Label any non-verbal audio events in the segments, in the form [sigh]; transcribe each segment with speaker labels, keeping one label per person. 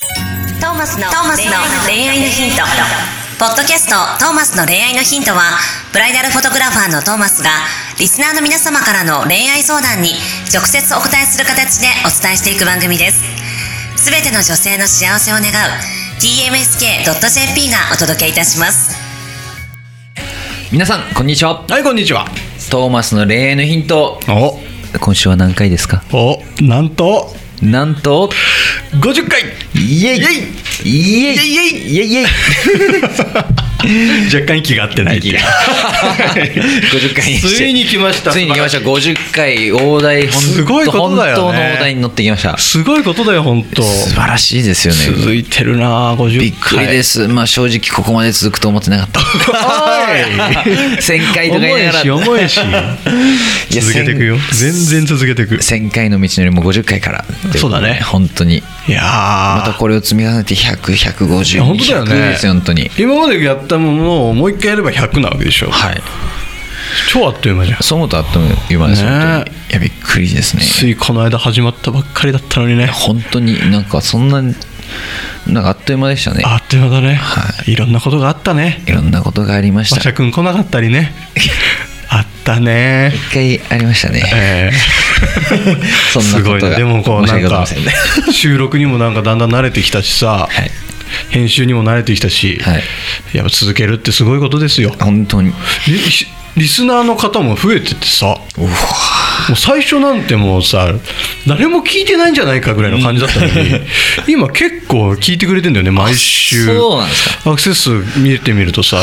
Speaker 1: トーマスのトーマスの恋愛のヒントポッドキャスト「トーマスの恋愛のヒントは」ブライダルフォトグラファーのトーマスがリスナーの皆様からの恋愛相談に直接お答えする形でお伝えしていく番組ですすべての女性の幸せを願う tmsk.jp がお届けいたします
Speaker 2: 皆さんこんにちは
Speaker 3: はい、こんにちは。
Speaker 2: トーマスの恋愛のヒント
Speaker 3: お、
Speaker 2: 今週は何回ですか
Speaker 3: お、なんと、
Speaker 2: なんと
Speaker 3: 50回
Speaker 2: イエイイエイイエイイエイイエイ
Speaker 3: 若干息が合ってないって [laughs] いう。
Speaker 2: 50回にして
Speaker 3: ついに来ました
Speaker 2: ついに来ました50回大台ほん
Speaker 3: すごいことだよ
Speaker 2: 本
Speaker 3: ね
Speaker 2: 当の大台に乗ってきました素
Speaker 3: すごいことだよ、本当
Speaker 2: 晴らしいですよね
Speaker 3: 続いてるな50回。
Speaker 2: びっくりですまあ正直ここまで続くと思ってなかった
Speaker 3: [laughs]
Speaker 2: 1000回とか言いながら
Speaker 3: 重いし、
Speaker 2: [laughs]
Speaker 3: 重いし。
Speaker 2: や
Speaker 3: 続けていくよ。全然続けていく。
Speaker 2: 1000回の道のりも50回から
Speaker 3: そうだね
Speaker 2: 本当に
Speaker 3: いやー
Speaker 2: またこれを積み重ねて100150
Speaker 3: 本当だよね。
Speaker 2: ですよ本当に
Speaker 3: 今までやったものをもう一回やれば100なわけでしょ。
Speaker 2: はい
Speaker 3: 超あっという間じゃん。
Speaker 2: そう思うとあっという間ですよ、
Speaker 3: ね
Speaker 2: 本当にいやびっくりですね
Speaker 3: ついこの間始まったばっかりだったのにね。
Speaker 2: 本当になんかそんなになんかあっという間でしたね
Speaker 3: あっという間だね。
Speaker 2: はい
Speaker 3: ろんなことがあったね。
Speaker 2: いろんなことがありまし
Speaker 3: 馬
Speaker 2: た
Speaker 3: 車くん来なかったり
Speaker 2: [laughs]
Speaker 3: ねあったね
Speaker 2: 一回ありましたね
Speaker 3: [laughs] えー
Speaker 2: そんな
Speaker 3: す
Speaker 2: こ
Speaker 3: ごい
Speaker 2: と
Speaker 3: な
Speaker 2: が
Speaker 3: でもこう
Speaker 2: 申し
Speaker 3: な
Speaker 2: 訳
Speaker 3: ん
Speaker 2: ござい
Speaker 3: か
Speaker 2: ませんね
Speaker 3: 収録にもなんかだんだん慣れてきたしさ、
Speaker 2: はい
Speaker 3: 編集にも慣れてきたし、
Speaker 2: はい
Speaker 3: やっぱ続けるってすごいことですよ
Speaker 2: 本当に
Speaker 3: リリスナーの方も増えててさもう最初なんてもうさ誰も聞いてないんじゃないかぐらいの感じだった
Speaker 2: [laughs]
Speaker 3: のに今結構聞いてくれてんだよね毎週
Speaker 2: あそうなんです
Speaker 3: アクセス数見てみるとさ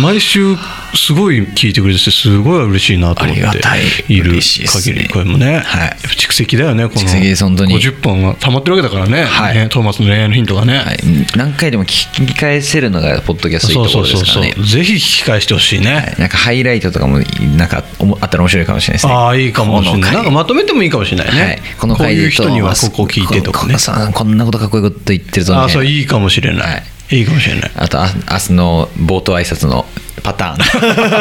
Speaker 3: 毎週すごい聞いてくれててすごい嬉しいなと思って
Speaker 2: ありがたい
Speaker 3: いる
Speaker 2: 嬉しいです
Speaker 3: 限
Speaker 2: ね
Speaker 3: りこれもね、
Speaker 2: はい
Speaker 3: やっぱ蓄積だよねこの
Speaker 2: 蓄積です本当に
Speaker 3: 50本は溜まってるわけだからね,、
Speaker 2: はい
Speaker 3: ねトーマスの恋愛のヒントがね、
Speaker 2: はい、何回でも聞き返せるのがポッドキャストいい
Speaker 3: そう
Speaker 2: とこ
Speaker 3: そ
Speaker 2: ろ
Speaker 3: う
Speaker 2: です
Speaker 3: そう
Speaker 2: か
Speaker 3: そ
Speaker 2: ら
Speaker 3: う、
Speaker 2: ね
Speaker 3: ぜひ聞き返してほしいね、
Speaker 2: はいなんかハイライトとかもなんかおもあったら面白いかもしれないですね
Speaker 3: ああいいかもしれ
Speaker 2: この
Speaker 3: ない
Speaker 2: 回
Speaker 3: なんかまとめてもいいかもしれないね、
Speaker 2: はい、この
Speaker 3: こう
Speaker 2: 回
Speaker 3: いう
Speaker 2: で
Speaker 3: 人にはここ聞いてとかね
Speaker 2: ここさこんなことかっこいいこと言ってるぞみたい
Speaker 3: あ
Speaker 2: な
Speaker 3: あそういいかもしれない、
Speaker 2: はい
Speaker 3: い、いかもしれない
Speaker 2: あとあ明日の冒頭挨拶のパ
Speaker 3: [laughs]
Speaker 2: ターン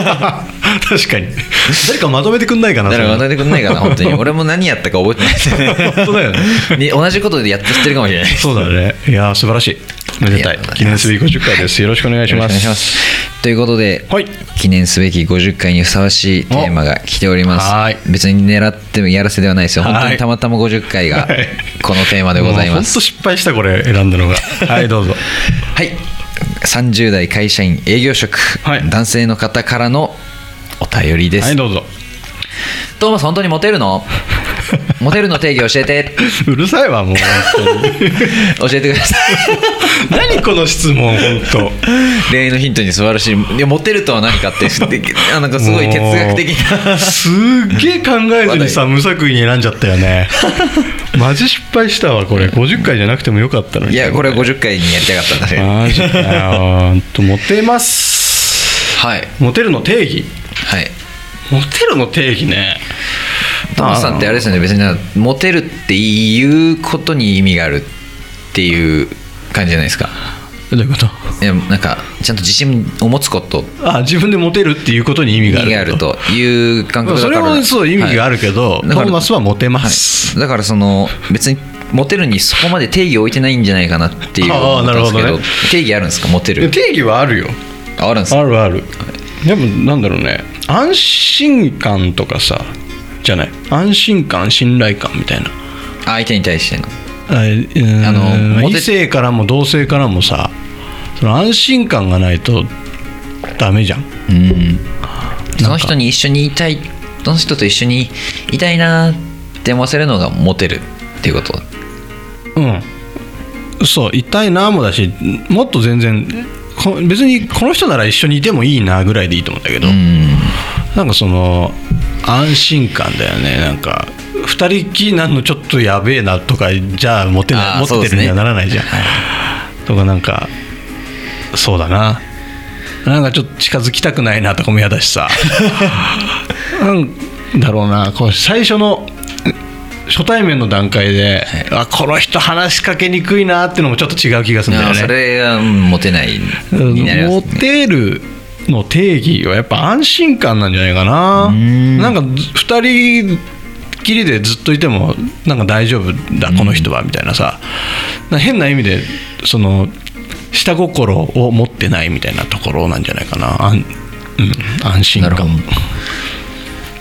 Speaker 3: 確かに誰かまとめてくんないかな
Speaker 2: 誰か渡
Speaker 3: それ
Speaker 2: てくんないかな本当に俺も何やったか覚えて
Speaker 3: [laughs]
Speaker 2: ない
Speaker 3: 本当だよね
Speaker 2: [laughs] に同じことでやって知ってるかもしれないです
Speaker 3: そうだねいやー素晴らしいおめでた
Speaker 2: あり
Speaker 3: い
Speaker 2: がとうござ
Speaker 3: 記
Speaker 2: いま
Speaker 3: 念
Speaker 2: す
Speaker 3: すべき50回ですよろしくお願いし
Speaker 2: よろ
Speaker 3: ま
Speaker 2: しくお
Speaker 3: す
Speaker 2: 願いしますということで、
Speaker 3: はい
Speaker 2: 記念すべき50回にふさわしいテーマが来ております
Speaker 3: はい
Speaker 2: 別に狙ってもやらせではないですよ本当
Speaker 3: は
Speaker 2: に
Speaker 3: い
Speaker 2: たまたま50回が
Speaker 3: はい
Speaker 2: このテーマでござい
Speaker 3: もうほ
Speaker 2: ま
Speaker 3: ん [laughs]
Speaker 2: す
Speaker 3: と失敗したこれ選んだのがはいどうぞ
Speaker 2: はい30代会社員営業職、
Speaker 3: はい
Speaker 2: 男性の方からのお便りです、
Speaker 3: はいどうぞ
Speaker 2: トーマス本当にモテる
Speaker 3: [laughs]
Speaker 2: のモテるの定義教えて
Speaker 3: うるさいわもう本当に
Speaker 2: 教えてくださ
Speaker 3: [laughs]
Speaker 2: い
Speaker 3: 何この質問本
Speaker 2: 恋愛のヒントに素晴らしいいやモテるとは何かって
Speaker 3: [laughs]
Speaker 2: あなんか
Speaker 3: 当
Speaker 2: すごい哲学的
Speaker 3: もう
Speaker 2: な
Speaker 3: すっげえ考えずにさ無作為に選んじゃった
Speaker 2: [laughs]
Speaker 3: よねマジ失敗したわこれ50回じゃなくてもよかったのに
Speaker 2: いやこれ50回にやりたかったんだね
Speaker 3: マジかよほんとモテます
Speaker 2: はい
Speaker 3: モテるの定義
Speaker 2: はい
Speaker 3: モテるの定義ね
Speaker 2: トーマスさんってあれですよね別になんかモテるっていうことに意味があるっていう感じじゃないですか
Speaker 3: どういうこと
Speaker 2: いやなんかちゃんと自信を持つこと
Speaker 3: あ自分でモテるっていうことに意味
Speaker 2: 意
Speaker 3: がある
Speaker 2: 味があるという感覚だ
Speaker 3: そ
Speaker 2: か
Speaker 3: れ
Speaker 2: ら
Speaker 3: はそう意味があるけど、
Speaker 2: はい
Speaker 3: トーマスはモテます、
Speaker 2: だからその別にモテるにそこまで定義を置いてないんじゃないかなっていう
Speaker 3: ああ
Speaker 2: 思ったんですけど
Speaker 3: なるほどね
Speaker 2: 定義あるんですかモテ
Speaker 3: いや
Speaker 2: る
Speaker 3: 定義はあるよ
Speaker 2: ああるんですか
Speaker 3: あるあるでもなんだろうね安心感とかさじゃない安心感信頼感みたいな
Speaker 2: 相手に対しての
Speaker 3: あえー
Speaker 2: あのモテ
Speaker 3: 異性からも同性からもさその安心感がないとダメじゃん
Speaker 2: うんその人に一緒にいたいその人と一緒にいたいなって思わせるのがモテるっていうこと
Speaker 3: うんそう痛いなもだしもっと全然こ別にこの人なら一緒にいてもいいなぐらいでいいと思うんだけど、
Speaker 2: うん
Speaker 3: なんかその安心感だよねなんか二人きりなんのちょっとやべえなとかじゃあモテ
Speaker 2: あ
Speaker 3: な
Speaker 2: ー
Speaker 3: いモテてるにはならないじゃん、とかなんかそうだななんかちょっと近づきたくないなとかも嫌だ
Speaker 2: [laughs]
Speaker 3: しさなんだろうなこう最初の初対面の段階で、あこの人話しかけにくいなってのもちょっと違う気がするん
Speaker 2: あ
Speaker 3: だよ
Speaker 2: あ
Speaker 3: ね
Speaker 2: それはうんモテないになりま
Speaker 3: モ
Speaker 2: すね
Speaker 3: テるの定義はやっぱ安心感なんじゃないかななんかず二人きりでずっといてもなんか大丈夫だこの人はみたいなさ、な変な意味でその下心を持ってないみたいなところなんじゃないかな安,、うん、安心
Speaker 2: なるほど
Speaker 3: 感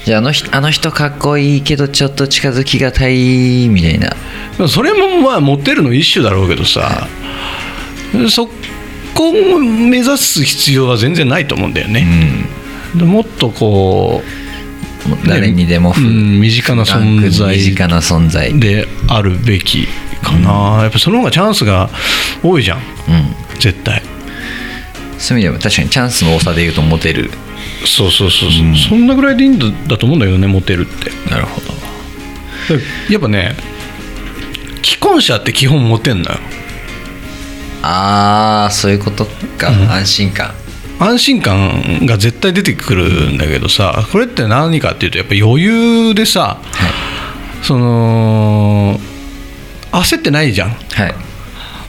Speaker 2: じゃああの人あの人かっこいいけどちょっと近づきがたいみたいな
Speaker 3: まあそれもまあモテるの一種だろうけどさ、そこを目指す必要は全然ないと思うんだよ
Speaker 2: う
Speaker 3: ね、
Speaker 2: ん
Speaker 3: でもっとこ
Speaker 2: もう
Speaker 3: うね
Speaker 2: 誰にでもふ
Speaker 3: うん身近な存在
Speaker 2: 身近な存在うん
Speaker 3: であるべきかな、やっぱその方がチャンスが多いじゃん絶対
Speaker 2: そういう意味でも確かにチャンスの多さで言うとモテる
Speaker 3: そうそうそうそう、そんなぐらいでいいんだだと思うんだけどねモテるって
Speaker 2: なるほど
Speaker 3: だからやっぱね既婚者って基本モテんのよ
Speaker 2: ああそういうことか、安心感
Speaker 3: 安心感が絶対出てくるんだけどさこれって何かっていうとやっぱ余裕でさ、その焦ってないじゃん
Speaker 2: は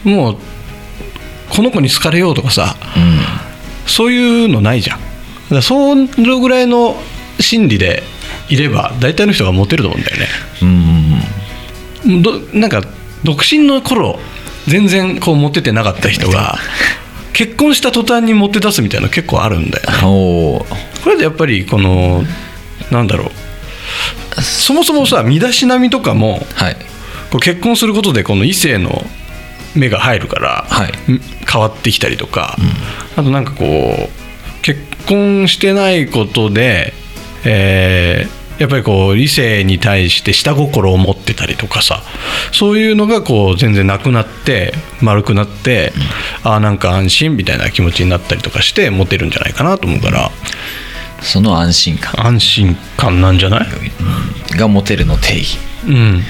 Speaker 2: い
Speaker 3: もうこの子に好かれようとかさ
Speaker 2: うん
Speaker 3: そういうのないじゃんだからそのぐらいの心理でいれば大体の人がモテると思うんだよね
Speaker 2: うん
Speaker 3: どなんか独身の頃全然こうモテてなかった人が結婚した途端にモテ出すみたいなの結構あるんだよね
Speaker 2: おお
Speaker 3: これでやっぱりこのなんだろうそもそもさ身だしなみとかも
Speaker 2: はい
Speaker 3: こう結婚することでこの異性の目が入るから、
Speaker 2: はい
Speaker 3: ん変わってきたりとか、あとなんかこう結婚してないことで、えーやっぱりこう異性に対して下心を持ってたりとかさそういうのがこう全然なくなって丸くなって、ああなんか安心みたいな気持ちになったりとかしてモテるんじゃないかなと思うから
Speaker 2: その安心感
Speaker 3: 安心感なんじゃない、
Speaker 2: がモテるの定義
Speaker 3: うん、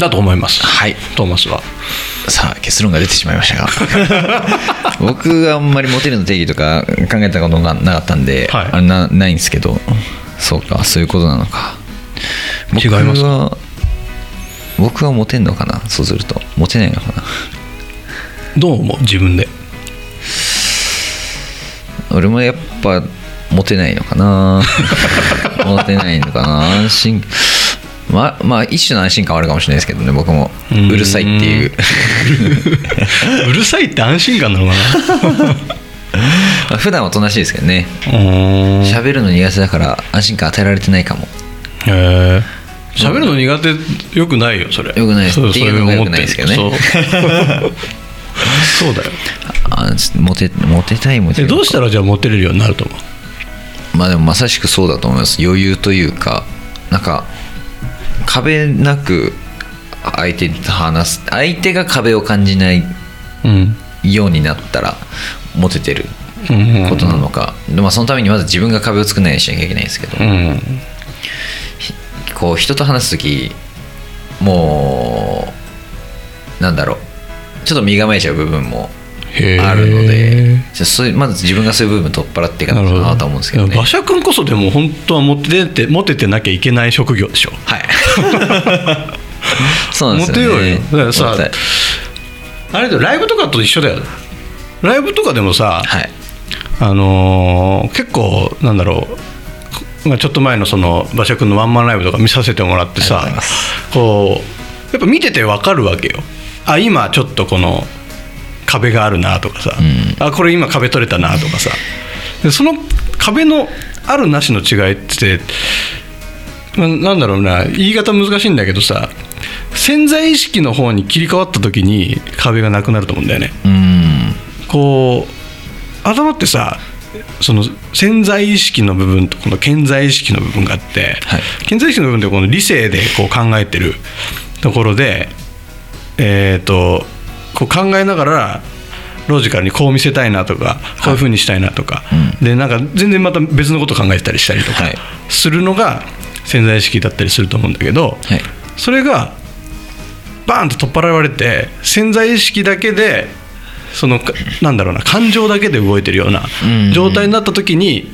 Speaker 3: だと思います、
Speaker 2: はい
Speaker 3: トーマスは。
Speaker 2: さあ結論が出てしまいましたが
Speaker 3: [laughs]
Speaker 2: 僕があんまりモテるの定義とか考えたことがなかったんで、
Speaker 3: はい
Speaker 2: あれなないんですけどそうかそういうことなのか僕は
Speaker 3: 違います
Speaker 2: 僕はモテんのかなそうするとモテないのかな
Speaker 3: どう思う
Speaker 2: [laughs]
Speaker 3: 自分で
Speaker 2: 俺もやっぱモテないのか
Speaker 3: [laughs]
Speaker 2: なモテないのかな安心ままあ一種の安心感はあるかもしれないですけどね僕も
Speaker 3: うーん
Speaker 2: うるさいって
Speaker 3: [laughs]
Speaker 2: いう
Speaker 3: うるさいって安心感なのか
Speaker 2: まあ普段はおとなしいですけどね
Speaker 3: なうーんへ
Speaker 2: 喋るの苦手だから安心感与えられてないかも
Speaker 3: え喋るの苦手よくないよそれ
Speaker 2: 良くないです
Speaker 3: そう
Speaker 2: っていうのが
Speaker 3: それ
Speaker 2: 良
Speaker 3: 思
Speaker 2: くないですけどね
Speaker 3: そう [laughs] そうだよ
Speaker 2: あモテモテたいモテ
Speaker 3: え
Speaker 2: たい
Speaker 3: どうしたらじゃあモテれるようになると思う
Speaker 2: まあでもまさしくそうだと思います余裕というかなんか壁なく相手と話す相手が壁を感じない
Speaker 3: うん
Speaker 2: ようになったらモテてる
Speaker 3: うん
Speaker 2: ことなのか、でまあ、そのためにまず自分が壁を作らないようにしなきゃいけないんですけど、
Speaker 3: うん
Speaker 2: こう人と話す時もうなんだろうちょっと身構えちゃう部分も
Speaker 3: へー
Speaker 2: あるのでじゃあそういうまず自分がそういう部分取っ払っていか
Speaker 3: な
Speaker 2: な
Speaker 3: る
Speaker 2: きゃ
Speaker 3: ほど
Speaker 2: なと思うんですけどね
Speaker 3: 馬車君こそでも本当はモテてモテてなきゃいけない職業でしょ
Speaker 2: はい [laughs] そうなんですよ、
Speaker 3: モテよう
Speaker 2: ね
Speaker 3: よ、だからさ
Speaker 2: モテたい
Speaker 3: あれだよライブとかと一緒だよライブとかでもさ、
Speaker 2: はい
Speaker 3: あのー結構なんだろうまあちょっと前のその馬車君のワンマンライブとか見させてもらってさ
Speaker 2: ありがとうございま
Speaker 3: こうやっぱ見ててわかるわけよあ今ちょっとこの壁があるなとかさ、
Speaker 2: う
Speaker 3: あこれ今壁取れたなとかさでその壁のあるなしの違いってまあなんだろうな言い方難しいんだけどさ潜在意識の方に切り替わった時に壁がなくなると思うんだよね。
Speaker 2: うん
Speaker 3: こう頭ってさその潜在意識の部分とこの顕在意識の部分があって、
Speaker 2: はい
Speaker 3: 顕在意識の部分ってこの理性でこう考えてるところでえっ、とこう考えながらロジカルにこう見せたいなとかこういうふうにしたいなとか、でなんか全然また別のこと考えてたりしたりとか
Speaker 2: はい
Speaker 3: するのが潜在意識だったりすると思うんだけど、
Speaker 2: はい
Speaker 3: それがバーンと取っ払われて潜在意識だけでそのかなんだろうな感情だけで動いてるような
Speaker 2: うん
Speaker 3: 状態になった時に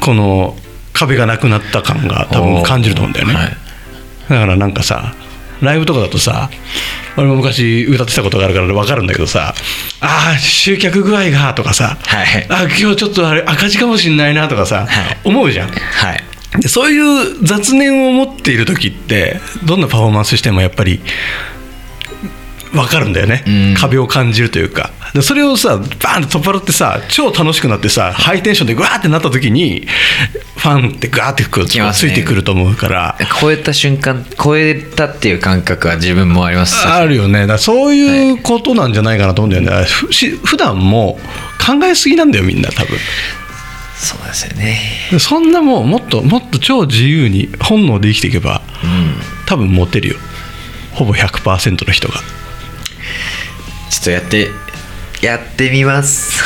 Speaker 3: この壁がなくなった感が多分感じると思うんだよね、
Speaker 2: はい
Speaker 3: だからなんかさライブとかだとさ俺も昔歌ってたことがあるから分かるんだけどさ「ああ集客具合が」とかさ「
Speaker 2: はい
Speaker 3: あ今日ちょっとあれ赤字かもしんないな」とか
Speaker 2: は
Speaker 3: さ、
Speaker 2: い
Speaker 3: 思うじゃん
Speaker 2: はい
Speaker 3: でそういう雑念を持っている時ってどんなパフォーマンスしてもやっぱり分かるんだよね、
Speaker 2: うん
Speaker 3: 壁を感じるというかでそれをさバーンと取っ払ってさ超楽しくなってさハイテンションでグワーってなった時にファンってグワーってこうつ
Speaker 2: きますね
Speaker 3: いてくると思うから。
Speaker 2: 超えた瞬間超えたっていう感覚は自分もあります
Speaker 3: あるよねだからそういうことなんじゃないかなと思うんだよね、ふし普段も考えすぎなんだよみんな多分
Speaker 2: そうですよね
Speaker 3: でそんなもうもっともっと超自由に本能で生きていけば、多分モテるよほぼ100%の人が
Speaker 2: ちょっとやってやってみます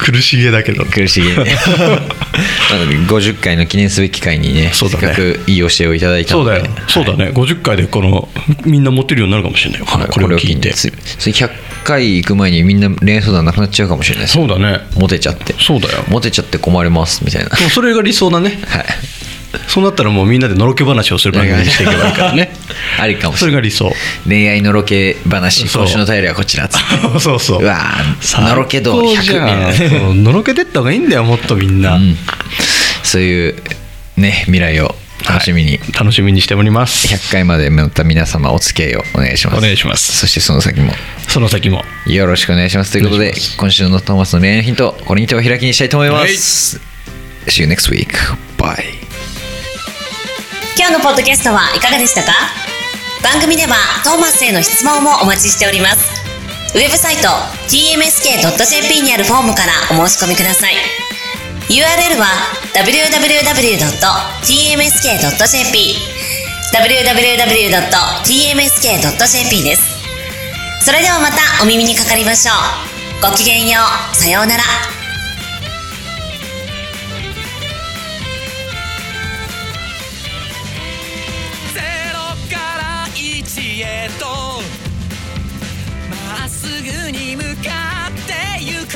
Speaker 3: 苦しげだけ
Speaker 2: [laughs]
Speaker 3: ど
Speaker 2: 苦しげになので
Speaker 3: [laughs]
Speaker 2: 50回の記念すべき回にね
Speaker 3: そうだね
Speaker 2: せっかくいい教えをいただいた
Speaker 3: そ
Speaker 2: の
Speaker 3: うだ
Speaker 2: で
Speaker 3: よ、そうだね50回でこのみんなモテるようになるかもしれないよこの
Speaker 2: はい
Speaker 3: これを聞いて
Speaker 2: これを機につそれ100回行く前にみんな恋愛相談なくなっちゃうかもしれないです
Speaker 3: そうだね
Speaker 2: モテちゃって
Speaker 3: そうだよ
Speaker 2: モテちゃって困りますみたいな
Speaker 3: もうそれが理想だね
Speaker 2: はい
Speaker 3: そうなったらもうみんなでのろけ話をする番組にしていけばいいから [laughs] ね
Speaker 2: [laughs] ありかもし
Speaker 3: そ
Speaker 2: れ
Speaker 3: れ
Speaker 2: ない
Speaker 3: が理想
Speaker 2: 恋愛のロケ話
Speaker 3: そう
Speaker 2: 今週の便りはこちらっつって
Speaker 3: そうそう
Speaker 2: うわーのろけ度100
Speaker 3: 最高じゃん
Speaker 2: み
Speaker 3: [laughs]
Speaker 2: たいな
Speaker 3: そうのろけてった方がいいんだよもっとみんな、
Speaker 2: うんそういうね未来を楽しみに、
Speaker 3: 楽しみにしております
Speaker 2: 100回までまた皆様お付き合いをお願いします
Speaker 3: お願いします
Speaker 2: そしてその先も
Speaker 3: その先も
Speaker 2: よろしくお願いしますということ
Speaker 3: お
Speaker 2: で
Speaker 3: 願いします
Speaker 2: 今週のトーマスの恋愛のヒントこれに手を開きにしたいと思います、See you next week bye
Speaker 1: 今日のポッドキャストはいかがでしたか番組ではトーマスへの質問もお待ちしておりますウェブサイト tmsk.jp にあるフォームからお申し込みください URL は www.tmsk.jp www.tmsk.jp ですそれではまたお耳にかかりましょうごきげんようさようなら
Speaker 4: ゼロから一へとまっすぐに向かってゆく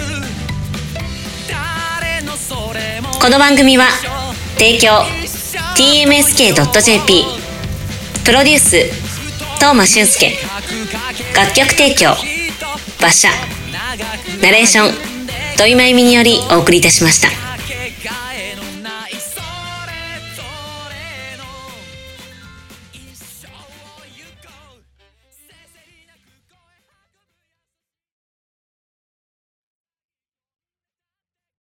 Speaker 4: 誰のそれも
Speaker 1: この番組は提供 TMSK.jp プロデュース東間俊介楽曲提供馬車ナレーション土井真由美によりお送りいたしました。